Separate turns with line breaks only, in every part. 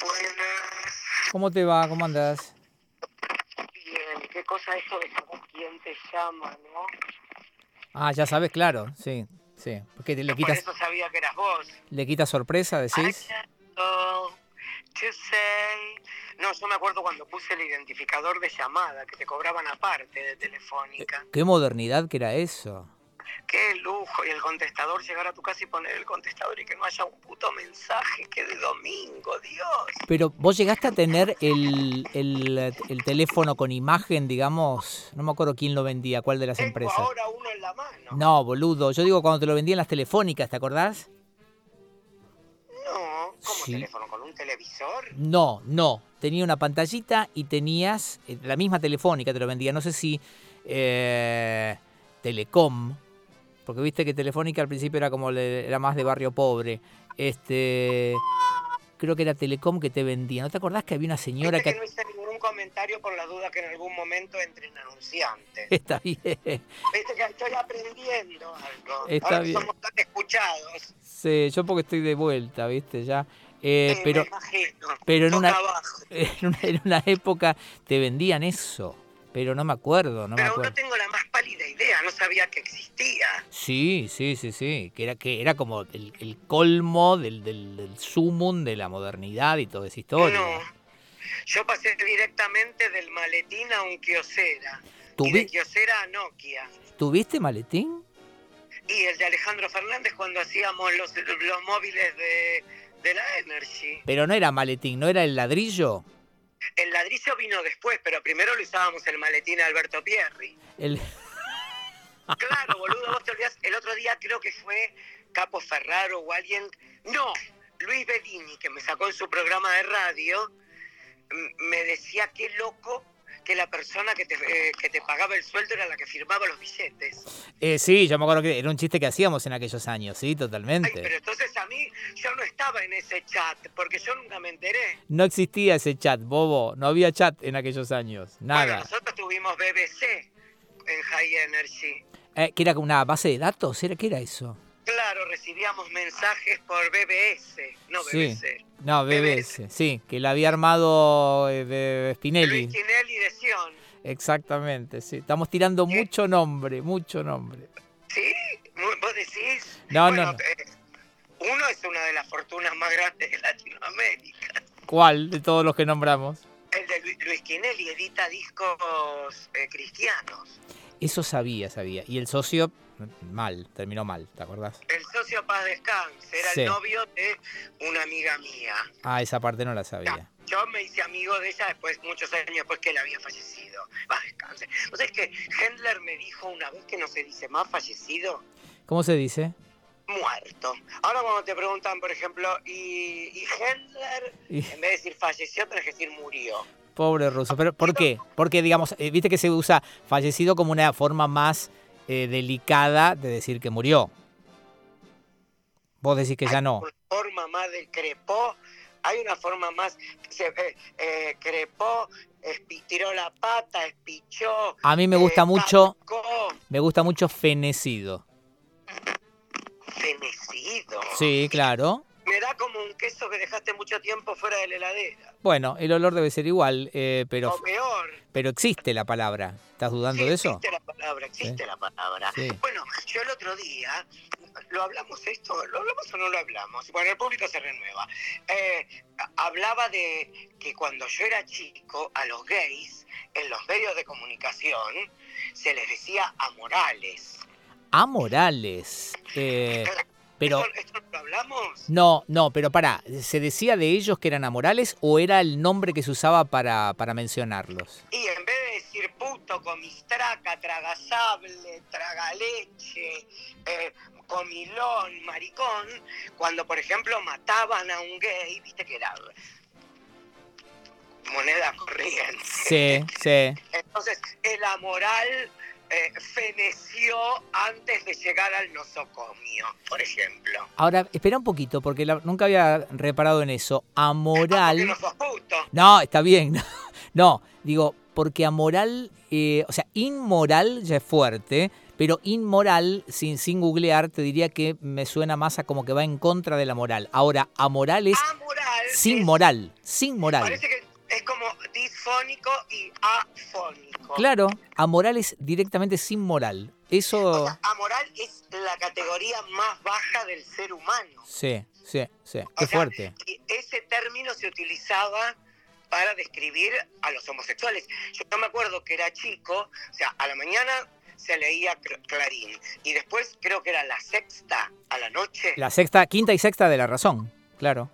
Buenas.
¿Cómo te va? ¿Cómo andás?
Bien, qué cosa eso de saber quién te llama, ¿no?
Ah, ya sabes, claro, sí, sí. Porque te- le
Por
quitas,
eso sabía que eras vos.
le quitas sorpresa,
I
decís.
can't go to say- No, yo me acuerdo cuando puse el identificador de llamada, que te cobraban aparte de telefónica.
Qué modernidad que era eso.
Qué lujo, y el contestador, llegar a tu casa y poner el contestador y que no haya un puto mensaje, que de domingo, Dios.
Pero vos llegaste a tener el, el, el teléfono con imagen, digamos, no me acuerdo quién lo vendía, cuál de las
Tengo
empresas.
ahora uno en la mano.
No, boludo, yo digo cuando te lo vendían las telefónicas, ¿te acordás?
No, como
Sí.
teléfono con un televisor.
No, no. Tenía una pantallita y tenías eh, la misma telefónica, te lo vendía. No sé si eh, Telecom, porque viste que Telefónica al principio era como le- era más de barrio pobre. Este, creo que era Telecom que te vendía. ¿No te acordás que había una señora
Viste que
que
no hice ningún comentario por la duda que en algún momento entre en anunciante.
está bien?
Viste que estoy aprendiendo algo.
Está
Ahora que
bien.
somos tan escuchados.
Sí, yo porque estoy de vuelta, viste ya. Eh,
Sí,
pero
me imagino.
pero en
Toca
una-
abajo.
en una, en una época te vendían eso, pero no me acuerdo, no me
Pero
acuerdo.
no tengo la más pálida idea, no sabía que existía.
Sí, sí, sí, sí, que era, que era como el, el colmo del, del, del sumum de la modernidad y toda esa historia.
No. Yo pasé directamente del maletín a un kiosera. Y
¿Tuvi-
de kiosera a Nokia.
¿Tuviste maletín?
Y el de Alejandro Fernández cuando hacíamos los, los móviles de, de la Energy.
Pero no era maletín, no era el ladrillo.
El ladrillo vino después, pero primero lo usábamos el maletín a Alberto Pierri.
El...
Claro, boludo, vos te olvidás. El otro día creo que fue Capo Ferraro o alguien. No, Luis Bellini, que me sacó en su programa de radio, m- me decía qué loco que la persona que te, eh, que te pagaba el sueldo era la que firmaba los billetes.
Eh, sí, yo me acuerdo que era un chiste que hacíamos en aquellos años, sí,
Ay,
totalmente.
pero entonces a mí yo no estaba en ese chat, porque yo nunca me enteré.
No existía ese chat, bobo, no había chat en aquellos años,
Bueno,
nada.
nosotros tuvimos BBC en High Energy.
Eh, que era como una base de datos, ¿Era, ¿qué era eso?
Claro, recibíamos mensajes por BBS, no
Sí.
BBC.
No, BBS, sí, que la había armado eh, de Spinelli.
Luis Tinelli de Sion.
Exactamente, sí. Estamos tirando
¿Qué?
mucho nombre, mucho nombre.
¿Sí? ¿Mu- ¿Vos decís?
No,
Bueno,
no, no.
eh, uno es una de las fortunas más grandes de Latinoamérica.
¿Cuál de todos los que nombramos?
El de Lu- Luis Tinelli edita discos eh, cristianos.
Eso sabía, sabía. Y el socio, mal, terminó mal, ¿te acordás?
El socio Paz Descanse era
Sí.
el novio de una amiga mía.
Ah, esa parte no la sabía.
Yo me hice amigo de ella después, muchos años después que él había fallecido. Paz Descanse. O sea, es que Hendler me dijo una vez que no se dice más fallecido.
¿Cómo se dice?
muerto. Ahora cuando te preguntan, por ejemplo, ¿y, y Hitler?
Y-
En vez de decir falleció, tenés que decir murió.
Pobre ruso. ¿Pero por qué? Porque, digamos, eh, viste que se usa fallecido como una forma más eh, delicada de decir que murió. Vos decís que ya no.
Hay una forma más de crepó, hay una forma más... Se, eh, eh, crepó, espi- tiró la pata, espichó...
A mí me
eh,
gusta mucho,
caducó,
me gusta mucho fenecido.
Fenecido.
Sí, claro.
Me da como un queso que dejaste mucho tiempo fuera de la heladera.
Bueno, el olor debe ser igual, eh, pero,
o peor.
pero existe la palabra. ¿Estás dudando
Sí,
de eso?
Existe la palabra, existe la palabra.
Sí.
Bueno, yo el otro día, ¿lo hablamos esto? ¿Lo hablamos o no lo hablamos? Bueno, el público se renueva. Eh, a- hablaba de que cuando yo era chico, a los gays, en los medios de comunicación, se les decía amorales.
A Ah, Morales. eh, pero
¿Esto, esto lo hablamos?
no, no, pero pará. ¿Se decía de ellos que eran amorales o era el nombre que se usaba para, para mencionarlos?
Y en vez de decir puto, comistraca, tragasable, tragaleche, eh, comilón, maricón, cuando por ejemplo mataban a un gay, viste que era moneda corriente.
Sí, sí.
Entonces, el amoral eh, feneció antes de llegar al nosocomio, por ejemplo.
Ahora, espera un poquito, porque la- nunca había reparado en eso.
Porque
Amoral.
no sos puto.
No, está bien. No, digo, porque amoral, eh, o sea, inmoral ya es fuerte, Pero inmoral, sin, sin googlear, te diría que me suena más a como que va en contra de la moral. Ahora, amoral es
Amoral.
sin
es-
moral, sin moral.
Ah, Parece que es como disfónico y afónico.
Claro, amoral es directamente sin moral.
O
Eso...
sea, amoral es la categoría más baja del ser humano.
Sí, sí, sí. Qué
sea,
fuerte.
Y ese término se utilizaba para describir a los homosexuales. Yo no me acuerdo que era chico, o sea, a la mañana se leía Cl- Clarín y después creo que era la sexta a la noche
La sexta, quinta y sexta de la razón, claro.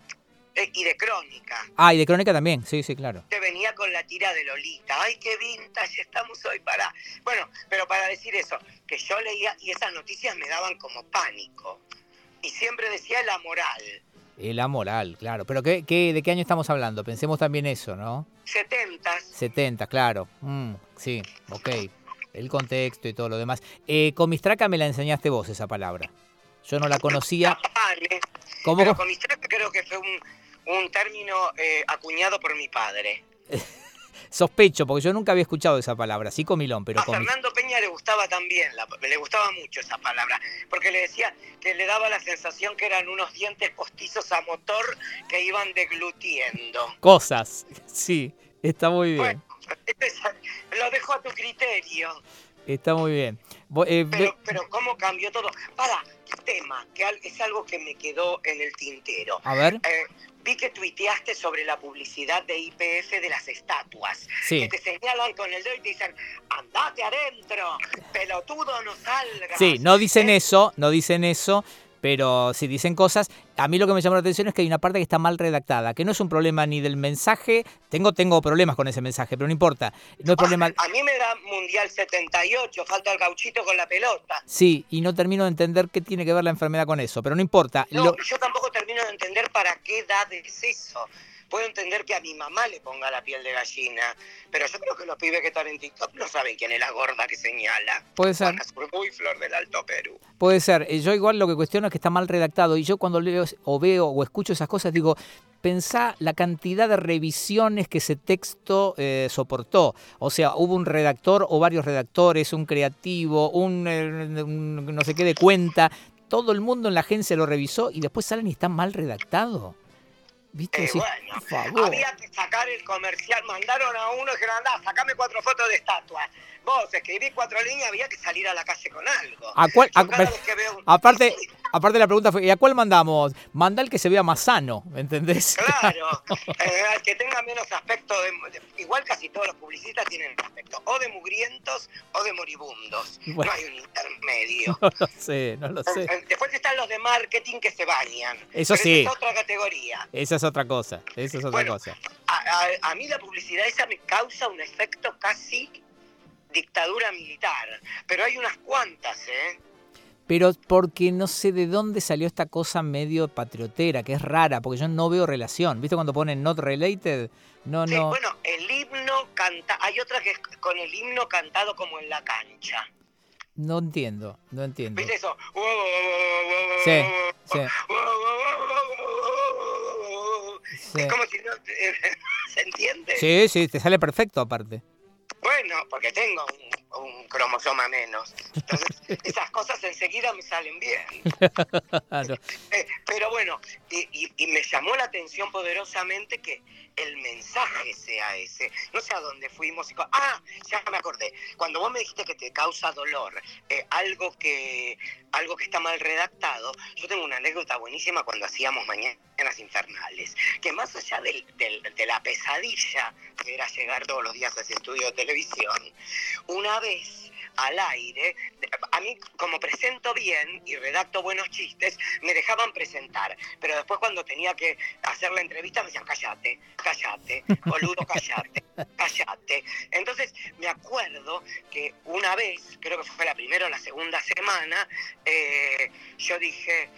eh, y de crónica.
Ah, y de crónica también, sí, sí, claro.
Te venía con la tira de Lolita. Ay, qué vintage estamos hoy para. Bueno, pero para decir eso, que yo leía y esas noticias me daban como pánico. Y siempre decía la moral.
Y la moral, claro. Pero ¿qué, qué, ¿de qué año estamos hablando? Pensemos también eso, ¿no?
70
70, claro. Mm, sí, ok. El contexto y todo lo demás. Eh, con Mistraca me la enseñaste vos esa palabra. Yo no la conocía.
Vale.
¿Cómo?
Pero comistraca creo que fue un, un término eh, acuñado por mi padre.
Sospecho, porque yo nunca había escuchado esa palabra. Sí, comilón, pero
A
con
Fernando Peña le gustaba también, la- le gustaba mucho esa palabra, porque le decía que le daba la sensación que eran unos dientes postizos a motor que iban deglutiendo.
cosas. Sí, está muy bien.
Bueno, lo dejo a tu criterio,
Está muy bien. Vo- eh, ve-
pero, pero cómo cambió todo. Para, tema, que al- es algo que me quedó en el tintero.
a ver,
Eh, vi que tuiteaste sobre la publicidad de IPF de las estatuas.
sí.
que te señalan con el dedo y te dicen, andate adentro, pelotudo no salgas. Eh,
Sí, no dicen eso, no dicen eso, pero si dicen cosas. A mí lo que me llamó la atención es que hay una parte que está mal redactada, que no es un problema ni del mensaje. Tengo, tengo problemas con ese mensaje, pero no importa. No es problema.
A mí me da Mundial 78, falta el gauchito con la pelota.
Sí, y no termino de entender qué tiene que ver la enfermedad con eso, pero no importa.
No,
Lo-
yo tampoco termino de entender para qué edad es eso. Puedo entender que a mi mamá le ponga la piel de gallina, pero yo creo que los pibes que están en TikTok no saben quién es la gorda que señala.
puede ser,
Juana Zurbuy, Flor del Alto Perú.
puede ser. Eh, Yo igual lo que cuestiono es que está mal redactado y yo cuando leo o veo o escucho esas cosas digo, pensá la cantidad de revisiones que ese texto eh, soportó. O sea, hubo un redactor o varios redactores, un creativo, un, eh, un no sé qué de cuenta. Todo el mundo en la agencia lo revisó y después salen y está mal redactado. ¿Viste?
Eh,
Decís,
bueno,
por favor.
había que sacar el comercial, mandaron a uno y dijeron, andá, sacame cuatro fotos de estatuas. Vos escribí cuatro líneas, había que salir a la calle con algo.
¿A cuál-
Yo
a-
cada vez que veo un-
Ah, Aparte, aparte la pregunta fue, ¿y a cuál mandamos? Manda al que se vea más sano, ¿me entendés?
Claro, eh, al que tenga menos aspecto, de- de- igual casi todos los publicistas tienen aspecto, o de mugrientos o de moribundos.
Bueno.
No hay un intermedio.
No lo sé, no lo sé.
Eh, Después están los de marketing que se bañan.
Eso
Pero esa
sí.
Es otra categoría.
Esa es otra cosa, esa es otra
Bueno.
cosa.
A, a- a mí la publicidad esa me causa un efecto casi dictadura militar, pero hay unas cuantas, ¿eh?
Pero porque no sé de dónde salió esta cosa medio patriotera, que es rara, porque yo no veo relación. ¿Viste cuando ponen not related? No,
Sí,
no.
bueno, el himno canta, hay otra que es con el himno cantado como en la cancha.
No entiendo, no entiendo.
¿Viste eso?
Sí, sí, sí.
Es como si no se entiende.
Sí, sí, te sale perfecto aparte.
Bueno, porque tengo un, un cromosoma menos. Entonces, esas cosas enseguida me salen bien.
Claro.
Eh, pero bueno, y, y- y me llamó la atención poderosamente que el mensaje sea ese. No sé a dónde fuimos. Y co- ah, ya me acordé. Cuando vos me dijiste que te causa dolor eh, algo, que, algo que está mal redactado, yo tengo una anécdota buenísima cuando hacíamos Mañanas Infernales. Que más allá del- del- de la pesadilla que era llegar todos los días a ese estudio de televisión, una vez al aire, a mí como presento bien y redacto buenos chistes, me dejaban presentar, pero después cuando tenía que hacer la entrevista me decían, callate, callate, boludo, callate, callate. Entonces me acuerdo que una vez, creo que fue la primera o la segunda semana, eh, yo dije,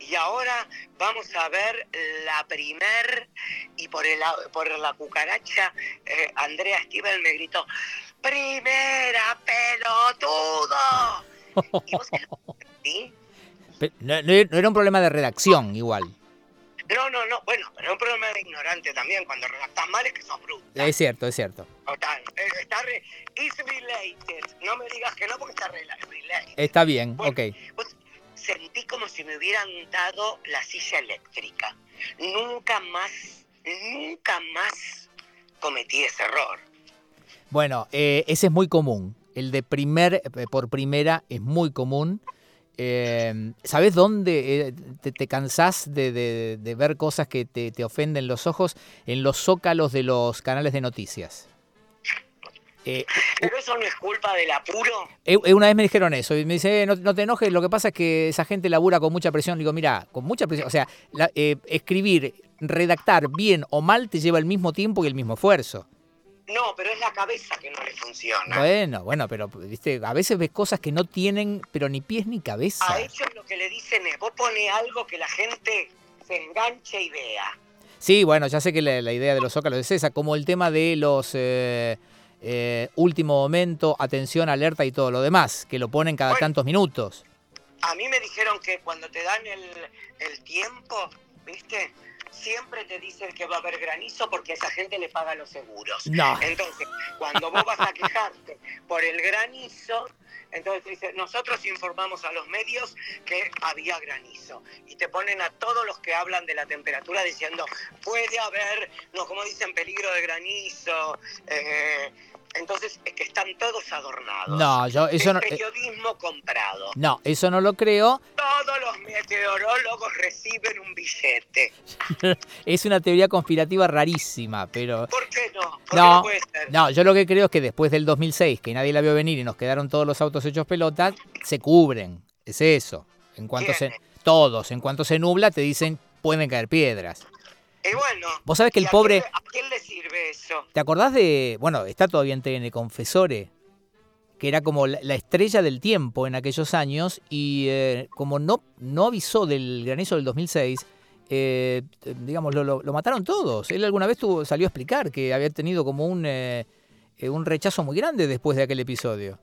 y ahora vamos a ver la primer, y por, el, au- por la cucaracha, eh, Andrea Steven me gritó, primera pelotudo. ¿Y vos sabés lo que sentí?
Pe- No, no- no era un problema de redacción igual.
No, no, no. Bueno, pero es un problema de ignorante también. Cuando redactas mal es que sos bruto.
Es cierto, es cierto.
Total. Eh, Está re... It's related. No me digas que no porque está re- related.
Está bien,
Bueno,
ok.
vos- sentí como si me hubieran dado la silla eléctrica. Nunca más, nunca más cometí ese error.
Bueno, eh, ese es muy común. El de primer eh, por primera es muy común. Eh, ¿Sabes dónde eh, te, te cansás de, de- de ver cosas que te, te ofenden los ojos? En los zócalos de los canales de noticias. Eh,
Pero eso no es culpa del apuro.
eh, eh, una vez me dijeron eso y me dice, "Eh, no, no te enojes, lo que pasa es que esa gente labura con mucha presión. Digo, mira, con mucha presión. O sea, la- eh, escribir, redactar bien o mal te lleva el mismo tiempo y el mismo esfuerzo.
No, pero es la cabeza que no le funciona.
Bueno, bueno, pero viste, a veces ves cosas que no tienen, pero ni pies ni cabeza.
A ellos lo que le dicen es, vos pone algo que la gente se enganche y vea.
Sí, bueno, ya sé que la, la idea de los zócalos es esa, como el tema de los eh, eh, último momento, atención, alerta y todo lo demás, que lo ponen cada
Bueno.
tantos minutos.
A mí me dijeron que cuando te dan el, el tiempo, ¿viste? Siempre te dicen que va a haber granizo porque a esa gente le paga los seguros.
No.
Entonces, cuando vos vas a quejarte por el granizo, entonces te dicen, nosotros informamos a los medios que había granizo. Y te ponen a todos los que hablan de la temperatura diciendo, puede haber, no, como dicen, peligro de granizo. eh, entonces, es que están todos adornados.
No, yo eso
Es
no, eh,
periodismo comprado.
no, eso no lo creo.
Todos los meteorólogos reciben un billete.
Es una teoría conspirativa rarísima, pero
¿Por qué no? ¿Por qué
no.
no puede ser?
No, yo lo que creo es que después del 2006, que nadie la vio venir y nos quedaron todos los autos hechos pelotas, se cubren. Es eso. En cuanto se
Bien.
todos, en cuanto se nubla te dicen pueden caer piedras.
Y bueno.
Vos sabés que
¿y
el
a
pobre-
quién- ¿A quién le sirve eso?
¿Te acordás de, bueno, está todavía en TN Confesore, que era como la, la estrella del tiempo en aquellos años y eh, como no, no avisó del granizo del 2006, eh, digamos, lo, lo- lo mataron todos. Él alguna vez tuvo, salió a explicar que había tenido como un, eh, eh, un rechazo muy grande después de aquel episodio.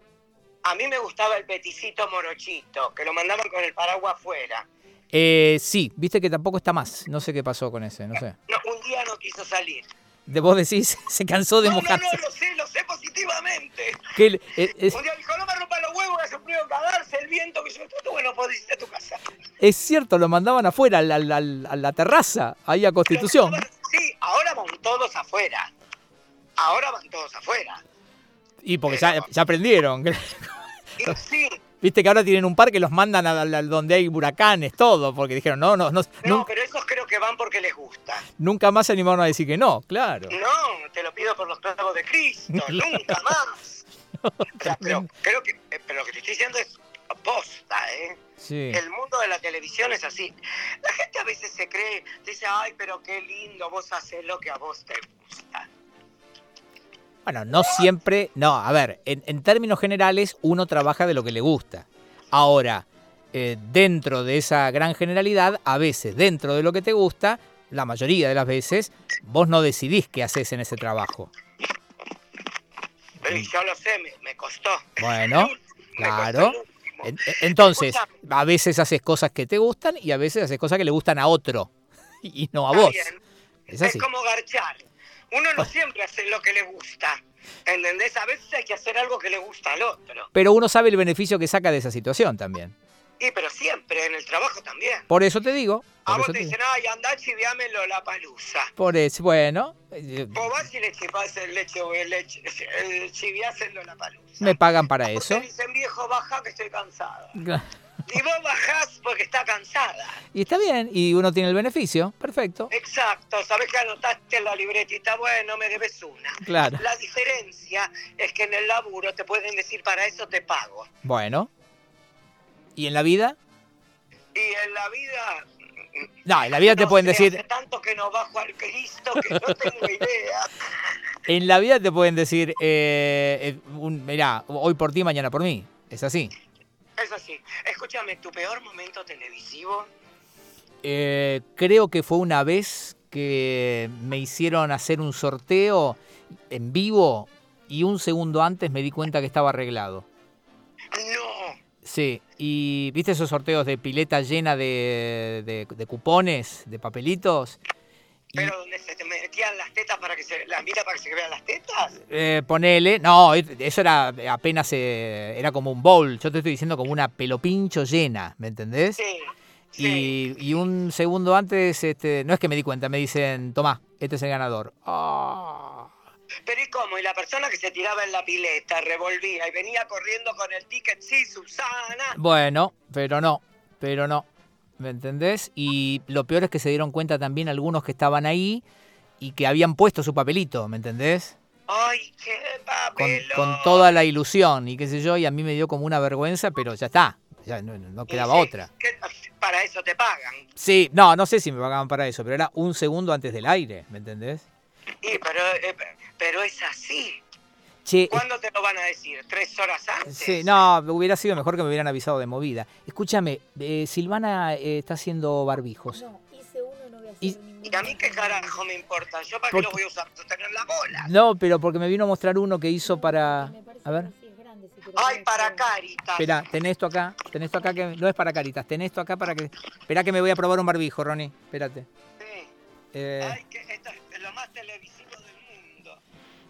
A mí me gustaba el peticito morochito, que lo mandaban con el paraguas afuera.
Eh, sí, viste que tampoco está más. No sé qué pasó con ese, no sé.
No, un día no quiso salir.
De vos decís, se cansó de
No, no, no,
mojarse.
lo sé, lo sé positivamente.
Que él- eh, es,
Un día dijo, no me rompa los huevos, que se a cagarse el viento que yo estoy, bueno, podés irte a tu casa.
es cierto, lo mandaban afuera, al- al- al- a la terraza, ahí a Constitución.
Sí, ahora van todos afuera. Ahora van todos afuera.
Y porque
Eh,
ya, ya aprendieron.
Y sí,
Viste que ahora tienen un par que los mandan a, a- a donde hay huracanes, todo, porque dijeron, no, no, no,
no,
nunca,
pero esos creo que van porque les gusta.
nunca más se animaron a decir que no, claro.
No, te lo pido por los clavos de Cristo, nunca más. O sea, pero, creo que, eh, pero lo que te estoy diciendo es aposta, ¿eh?
Sí.
El mundo de la televisión es así. La gente a veces se cree, dice, ay, pero qué lindo, vos haces lo que a vos te gusta.
Bueno, no siempre, no, a ver, en, en términos generales uno trabaja de lo que le gusta. Ahora, eh, dentro de esa gran generalidad, a veces, dentro de lo que te gusta, la mayoría de las veces, vos no decidís qué haces en ese trabajo.
Pero yo lo sé, me, me costó.
Bueno,
Me costó
claro. Eh,
el último.
En- en- Entonces,
Escuchame.
a veces haces cosas que te gustan y a veces haces cosas que le gustan a otro y no a
Está
vos.
bien.
Es así.
como garchar. Uno no siempre hace lo que le gusta. ¿Entendés? A veces hay que hacer algo que le gusta al otro.
Pero uno sabe el beneficio que saca de esa situación también.
Y pero siempre, en el trabajo también.
Por eso te digo.
A
Por
vos
eso,
te
te digo.
dicen, ay, andá, chiviámelo la palusa.
Por eso- bueno, eh,
Vos vas y le chivás el leche, le chi- eh, chiviás el Lollapalooza.
me pagan para
Vos
eso.
Te dicen, viejo, baja que estoy cansada. Y vos bajás porque está cansada.
Y está bien, y uno tiene el beneficio. Perfecto.
Eh, Exacto, sabés que anotaste en la libretita, bueno, me debes una.
Claro.
La diferencia es que en el laburo te pueden decir, para eso te pago.
Bueno. ¿Y en la vida?
Y en la vida...
No, en la vida te
no
pueden
sé,
decir,
hace tanto que no bajo al Cristo que no tengo idea.
en la vida te pueden decir, eh, eh, un- mirá, hoy por ti, mañana por mí. Es así.
Eso sí, escúchame, tu peor momento televisivo.
Eh, creo que fue una vez que me hicieron hacer un sorteo en vivo y un segundo antes me di cuenta que estaba arreglado.
No,
Sí, y viste esos sorteos de pileta llena de, de, de cupones, de papelitos. Y,
Pero donde se te metían las tetas para que se las mira para que se vean las tetas.
eh, ponele, no, eso era apenas, eh, era como un bowl, yo te estoy diciendo como una pelopincho llena, ¿me entendés?
Sí. sí.
Y, y un segundo antes, este, no es que me di cuenta, me dicen, tomá, este es el ganador. Ah.
Pero ¿y cómo? Y la persona que se tiraba en la pileta, revolvía y venía corriendo con el ticket, sí, Susana.
Bueno, pero no, pero no. ¿Me entendés? Y lo peor es que se dieron cuenta también algunos que estaban ahí y que habían puesto su papelito, ¿me entendés?
Ay, qué
Con,
papelón.
con toda la ilusión y qué sé yo, y a mí me dio como una vergüenza, pero ya está, ya no, no- no
Y
quedaba
sí,
otra.
que para eso te pagan.
Sí, no, no sé si me pagaban para eso, pero era un segundo antes del aire, ¿me entendés?
Y pero, eh, pero es así.
Che,
¿Cuándo te lo van a decir? ¿Tres horas antes?
Sí, no, hubiera sido mejor que me hubieran avisado de movida. Escúchame, eh, Silvana eh, está haciendo barbijos.
No, hice uno, no voy a hacer
Pues Y-
ninguno.
¿Y a mí qué carajo me importa? ¿Yo para
¿Por
qué lo
qué?
voy a usar? Para tener la bola.
No, pero porque me vino a mostrar uno que hizo
No,
para...
porque me parece
A ver,
que sí es grande, si te lo
Ay,
pones
para
todo.
Caritas.
espera, tenés esto acá, tenés esto acá que... No es para caritas, tenés esto acá para que... Espera que me voy a probar un barbijo, Ronnie, espérate.
Sí.
Eh,
Ay, que esto es lo más televisivo del mundo.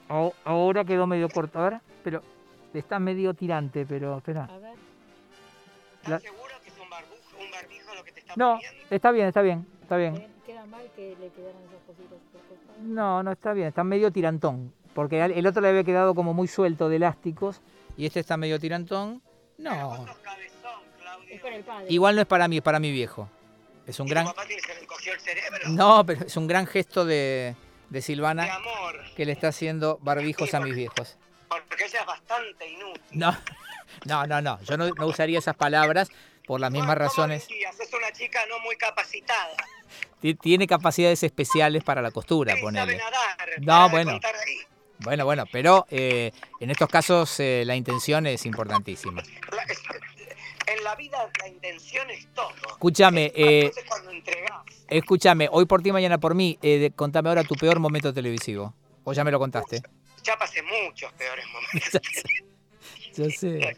au- ahora quedó medio corto, ahora, pero... Está medio tirante, pero espera.
A ver,
¿Estás
La-
seguro que es un barbijo, un barbijo lo que te está
No,
poniendo?
está bien, está bien, está bien.
eh, queda mal que le quedaran esas cositas por costado.
No, no está bien, está medio tirantón. Porque al- el otro le había quedado como muy suelto de elásticos y este está medio tirantón.
Pero vos
No.
sos cabezón, Claudio.
Es para el padre.
Igual no es para mí, es para mi viejo. Es un
¿Y
gran.
tu papá tiene- se le encogió el cerebro?
No, pero es un gran gesto de, de
De
Silvana
amor.
que le está haciendo barbijos a mis viejos.
Porque ella es bastante inútil.
No, no, no, no. Yo no, no usaría esas palabras por las
Vos,
mismas
¿cómo
razones.
dirías? Es una chica no muy capacitada.
Ti- Tiene capacidades especiales para la costura,
Sí, sabe
ponele.
nadar.
No,
para de
bueno.
contar ahí.
Bueno, bueno, pero eh, en estos casos eh, la intención es importantísima.
La- en la vida la intención es todo.
Escúchame, eh,
Entonces cuando entregás.
escúchame, hoy por ti, mañana por mí. Eh, de- contame ahora tu peor momento televisivo. O ya me lo contaste.
Ya pasé muchos peores momentos.
Yo sé.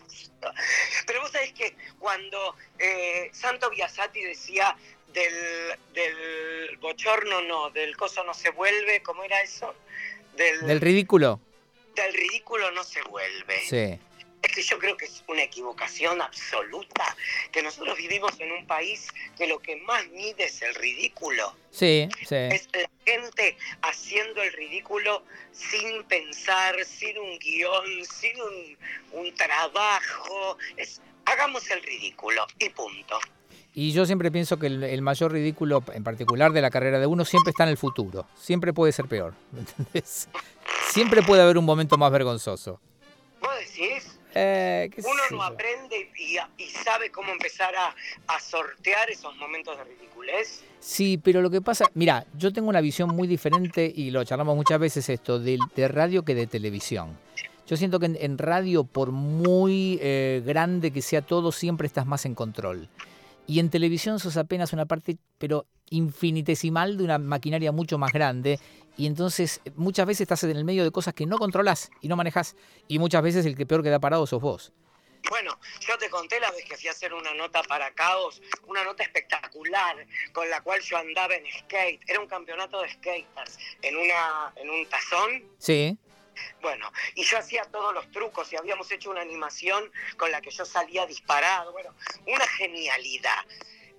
Pero vos sabés que cuando eh, Santo Biasati decía del, del bochorno no, del coso no se vuelve, ¿cómo era eso? Del,
¿Del ridículo?
del ridículo no se vuelve.
Sí.
Es que yo creo que es una equivocación absoluta, que nosotros vivimos en un país que lo que más mide es el ridículo.
Sí, sí.
Es la gente haciendo el ridículo sin pensar, sin un guión, sin un, un trabajo. Es, hagamos el ridículo y punto.
Y yo siempre pienso que el, el mayor ridículo, en particular de la carrera de uno, siempre está en el futuro. Siempre puede ser peor. ¿Me entendés? Siempre puede haber un momento más vergonzoso.
¿Vos decís?
Eh, qué
Uno
sé
no
yo.
aprende y, y sabe cómo empezar a, a sortear esos momentos de ridiculez.
Sí, pero lo que pasa, mira, yo tengo una visión muy diferente y lo charlamos muchas veces esto, de, de radio que de televisión. Yo siento que en, en radio, por muy eh, grande que sea todo, siempre estás más en control. Y en televisión sos apenas una parte, pero infinitesimal de una maquinaria mucho más grande. Y entonces eh, muchas veces estás en el medio de cosas que no controlás y no manejás. Y muchas veces el que peor queda parado sos vos.
Bueno, yo te conté la vez que fui a hacer una nota para Caos, una nota espectacular, con la cual yo andaba en skate. Era un campeonato de skaters en, una, en un tazón.
Sí,
Bueno, y yo hacía todos los trucos y habíamos hecho una animación con la que yo salía disparado. Bueno, una genialidad.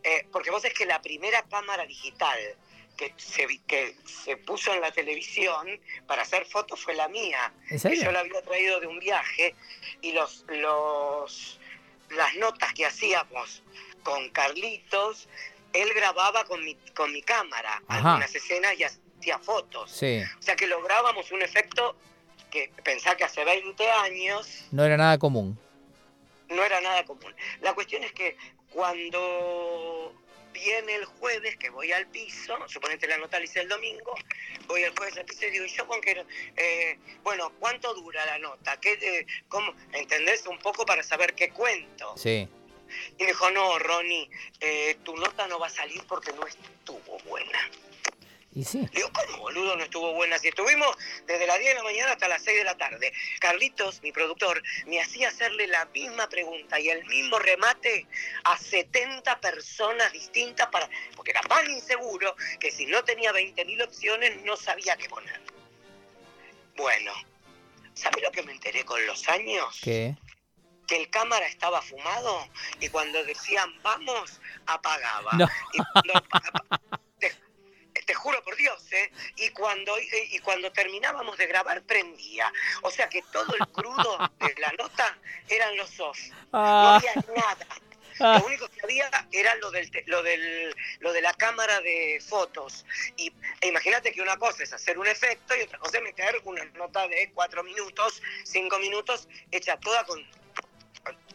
Eh, porque vos es que la primera cámara digital que se, vi- que se puso en la televisión para hacer fotos fue la mía.
¿en
que
serio?
yo la había traído de un viaje y los, los, las notas que hacíamos con Carlitos, él grababa con mi, con mi cámara
Ajá.
algunas escenas y hacía fotos.
Sí,
O sea que lográbamos un efecto que pensá que hace 20 años
no era nada común.
no era nada común. La cuestión es que cuando viene el jueves que voy al piso, suponete la nota la hice el domingo, voy el jueves al piso y digo, ¿y yo con qué? no- eh, bueno, ¿cuánto dura la nota? ¿Qué, de- cómo? ¿Entendés? Un poco para saber qué cuento.
Sí.
Y me dijo, no, Ronnie, eh, tu nota no va a salir porque no estuvo buena.
Y sí.
Le digo, ¿cómo, boludo? No estuvo buena. Si estuvimos desde las 10 de la mañana hasta las 6 de la tarde. Carlitos, mi productor, me hacía hacerle la misma pregunta y el mismo remate a 70 personas distintas para... Porque era tan inseguro que si no tenía 20.000 opciones no sabía qué poner. Bueno, ¿sabes lo que me enteré con los años?
¿Qué?
que el cámara estaba fumado y cuando decían vamos, apagaba.
No.
Y cuando- te, te juro por Dios, ¿eh? Y cuando, y cuando terminábamos de grabar, prendía. O sea que todo el crudo de la nota eran los off. No
Ah,
había nada.
ah,
Lo único que había era lo del, te- lo del lo de la cámara de fotos. Y e imagínate que una cosa es hacer un efecto y otra cosa es meter una nota de cuatro minutos, cinco minutos, hecha toda con.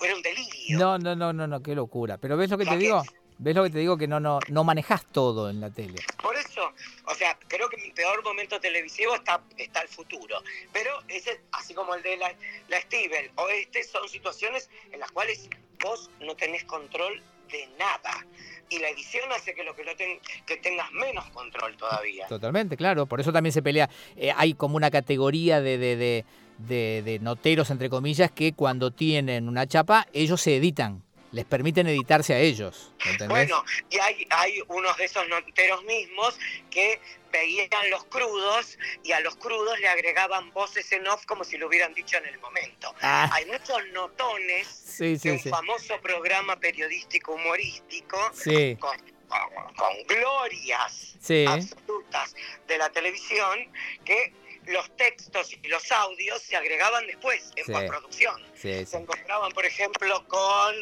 Era un delirio.
no, no, no, no, no, qué locura. Pero ¿ves lo que te
Lo que-
digo? ¿Ves lo que te digo? Que no, no, no manejas todo en la tele.
Por eso, o sea, creo que mi peor momento televisivo está, está el futuro. Pero ese, así como el de la, la Steven o este, son situaciones en las cuales vos no tenés control de nada. Y la edición hace que lo que lo ten- que tengas menos control todavía.
Totalmente, claro. Por eso también se pelea. Eh, hay como una categoría de, de, de, de- de noteros, entre comillas, que cuando tienen una chapa, ellos se editan. Les permiten editarse a ellos. ¿Entendés?
Bueno, y hay, hay unos de esos noteros mismos que veían los crudos y a los crudos le agregaban voces en off como si lo hubieran dicho en el momento.
Ah,
Hay muchos notones
sí,
de
sí,
un
sí.
famoso programa periodístico humorístico
Sí,
con, con- con glorias
sí.
absolutas de la televisión que los textos y los audios se agregaban después en
Sí.
postproducción.
sí,
Se
sí.
encontraban, por ejemplo, con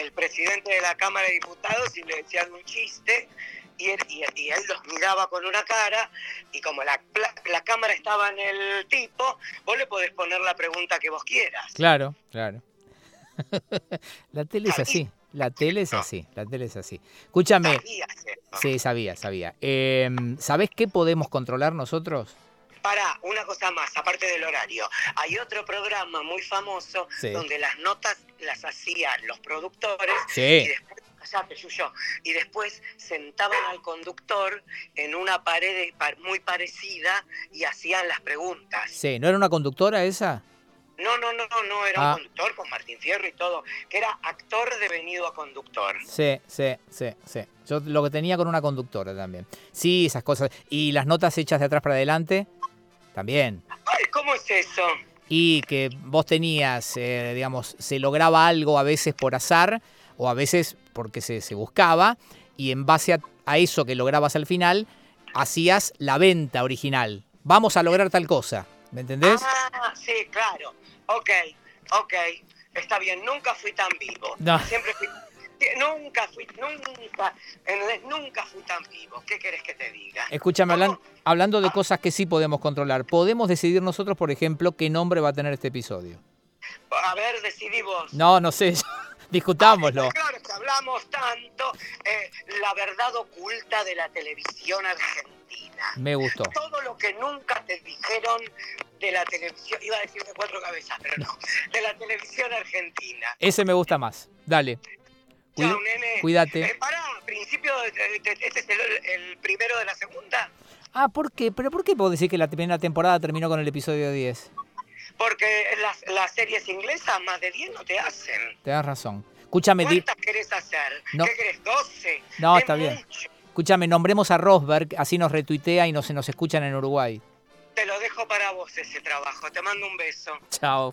el presidente de la Cámara de Diputados y le decían un chiste y él, y- y él los miraba con una cara y como la, la, la cámara estaba en el tipo, vos le podés poner la pregunta que vos quieras.
Claro, claro. la tele es
Sabía.
así. La tele es así. La tele es así. Escúchame.
Sabías esto.
Sí, sabía, sabía. Eh, ¿Sabés qué podemos controlar nosotros?
Para, una cosa más, aparte del horario. Hay otro programa muy famoso
Sí.
donde las notas las hacían los productores y
Sí.
después, callate, Yuyo, y después sentaban al conductor en una pared pa- muy parecida y hacían las preguntas.
Sí, ¿no era una conductora esa?
No, no, no, no, no, era
Ah.
un conductor con Martín Fierro y todo, que era actor devenido a conductor.
Sí, sí, sí, sí. Yo lo que tenía con una conductora también. Sí, esas cosas. Y las notas hechas de atrás para adelante, también.
Ay, ¿cómo es eso?
Y que vos tenías, eh, digamos, se lograba algo a veces por azar o a veces porque se, se buscaba. Y en base a, a eso que lograbas al final, hacías la venta original. Vamos a lograr tal cosa. ¿Me entendés?
Ah, sí, claro. Ok, ok. Está bien, nunca fui tan vivo.
No.
Siempre fui. Nunca fui, nunca, ¿entendés? nunca fui tan vivo. ¿Qué querés que te diga?
Escúchame, hablan-
¿Cómo?
hablando de cosas que sí podemos controlar, podemos decidir nosotros, por ejemplo, qué nombre va a tener este episodio.
A ver, decidí vos.
No, no sé. Discutámoslo.
Claro que hablamos tanto, eh, la verdad oculta de la televisión argentina.
Me gustó.
Todo lo que nunca te dijeron de la televisión, iba a decir de cuatro cabezas, pero no, de la televisión argentina.
Ese me gusta más. Dale. Cuida-
Chao, nene. Eh,
cuídate.
pará, principio, eh, te- este es el, el primero de la segunda,
Ah, ¿por qué? ¿Pero por qué puedo decir que la primera temporada terminó con el episodio 10?
porque las, las series inglesas más de 10 no te hacen.
Te das razón. Escúchame, di-
¿Cuántas querés hacer?
No.
¿Qué querés? ¿12?
No,
Es
está bien.
mucho.
escúchame, nombremos a Rosberg, así nos retuitea y nos, nos escuchan en Uruguay.
Te lo dejo para vos ese trabajo. Te mando un beso.
Chao.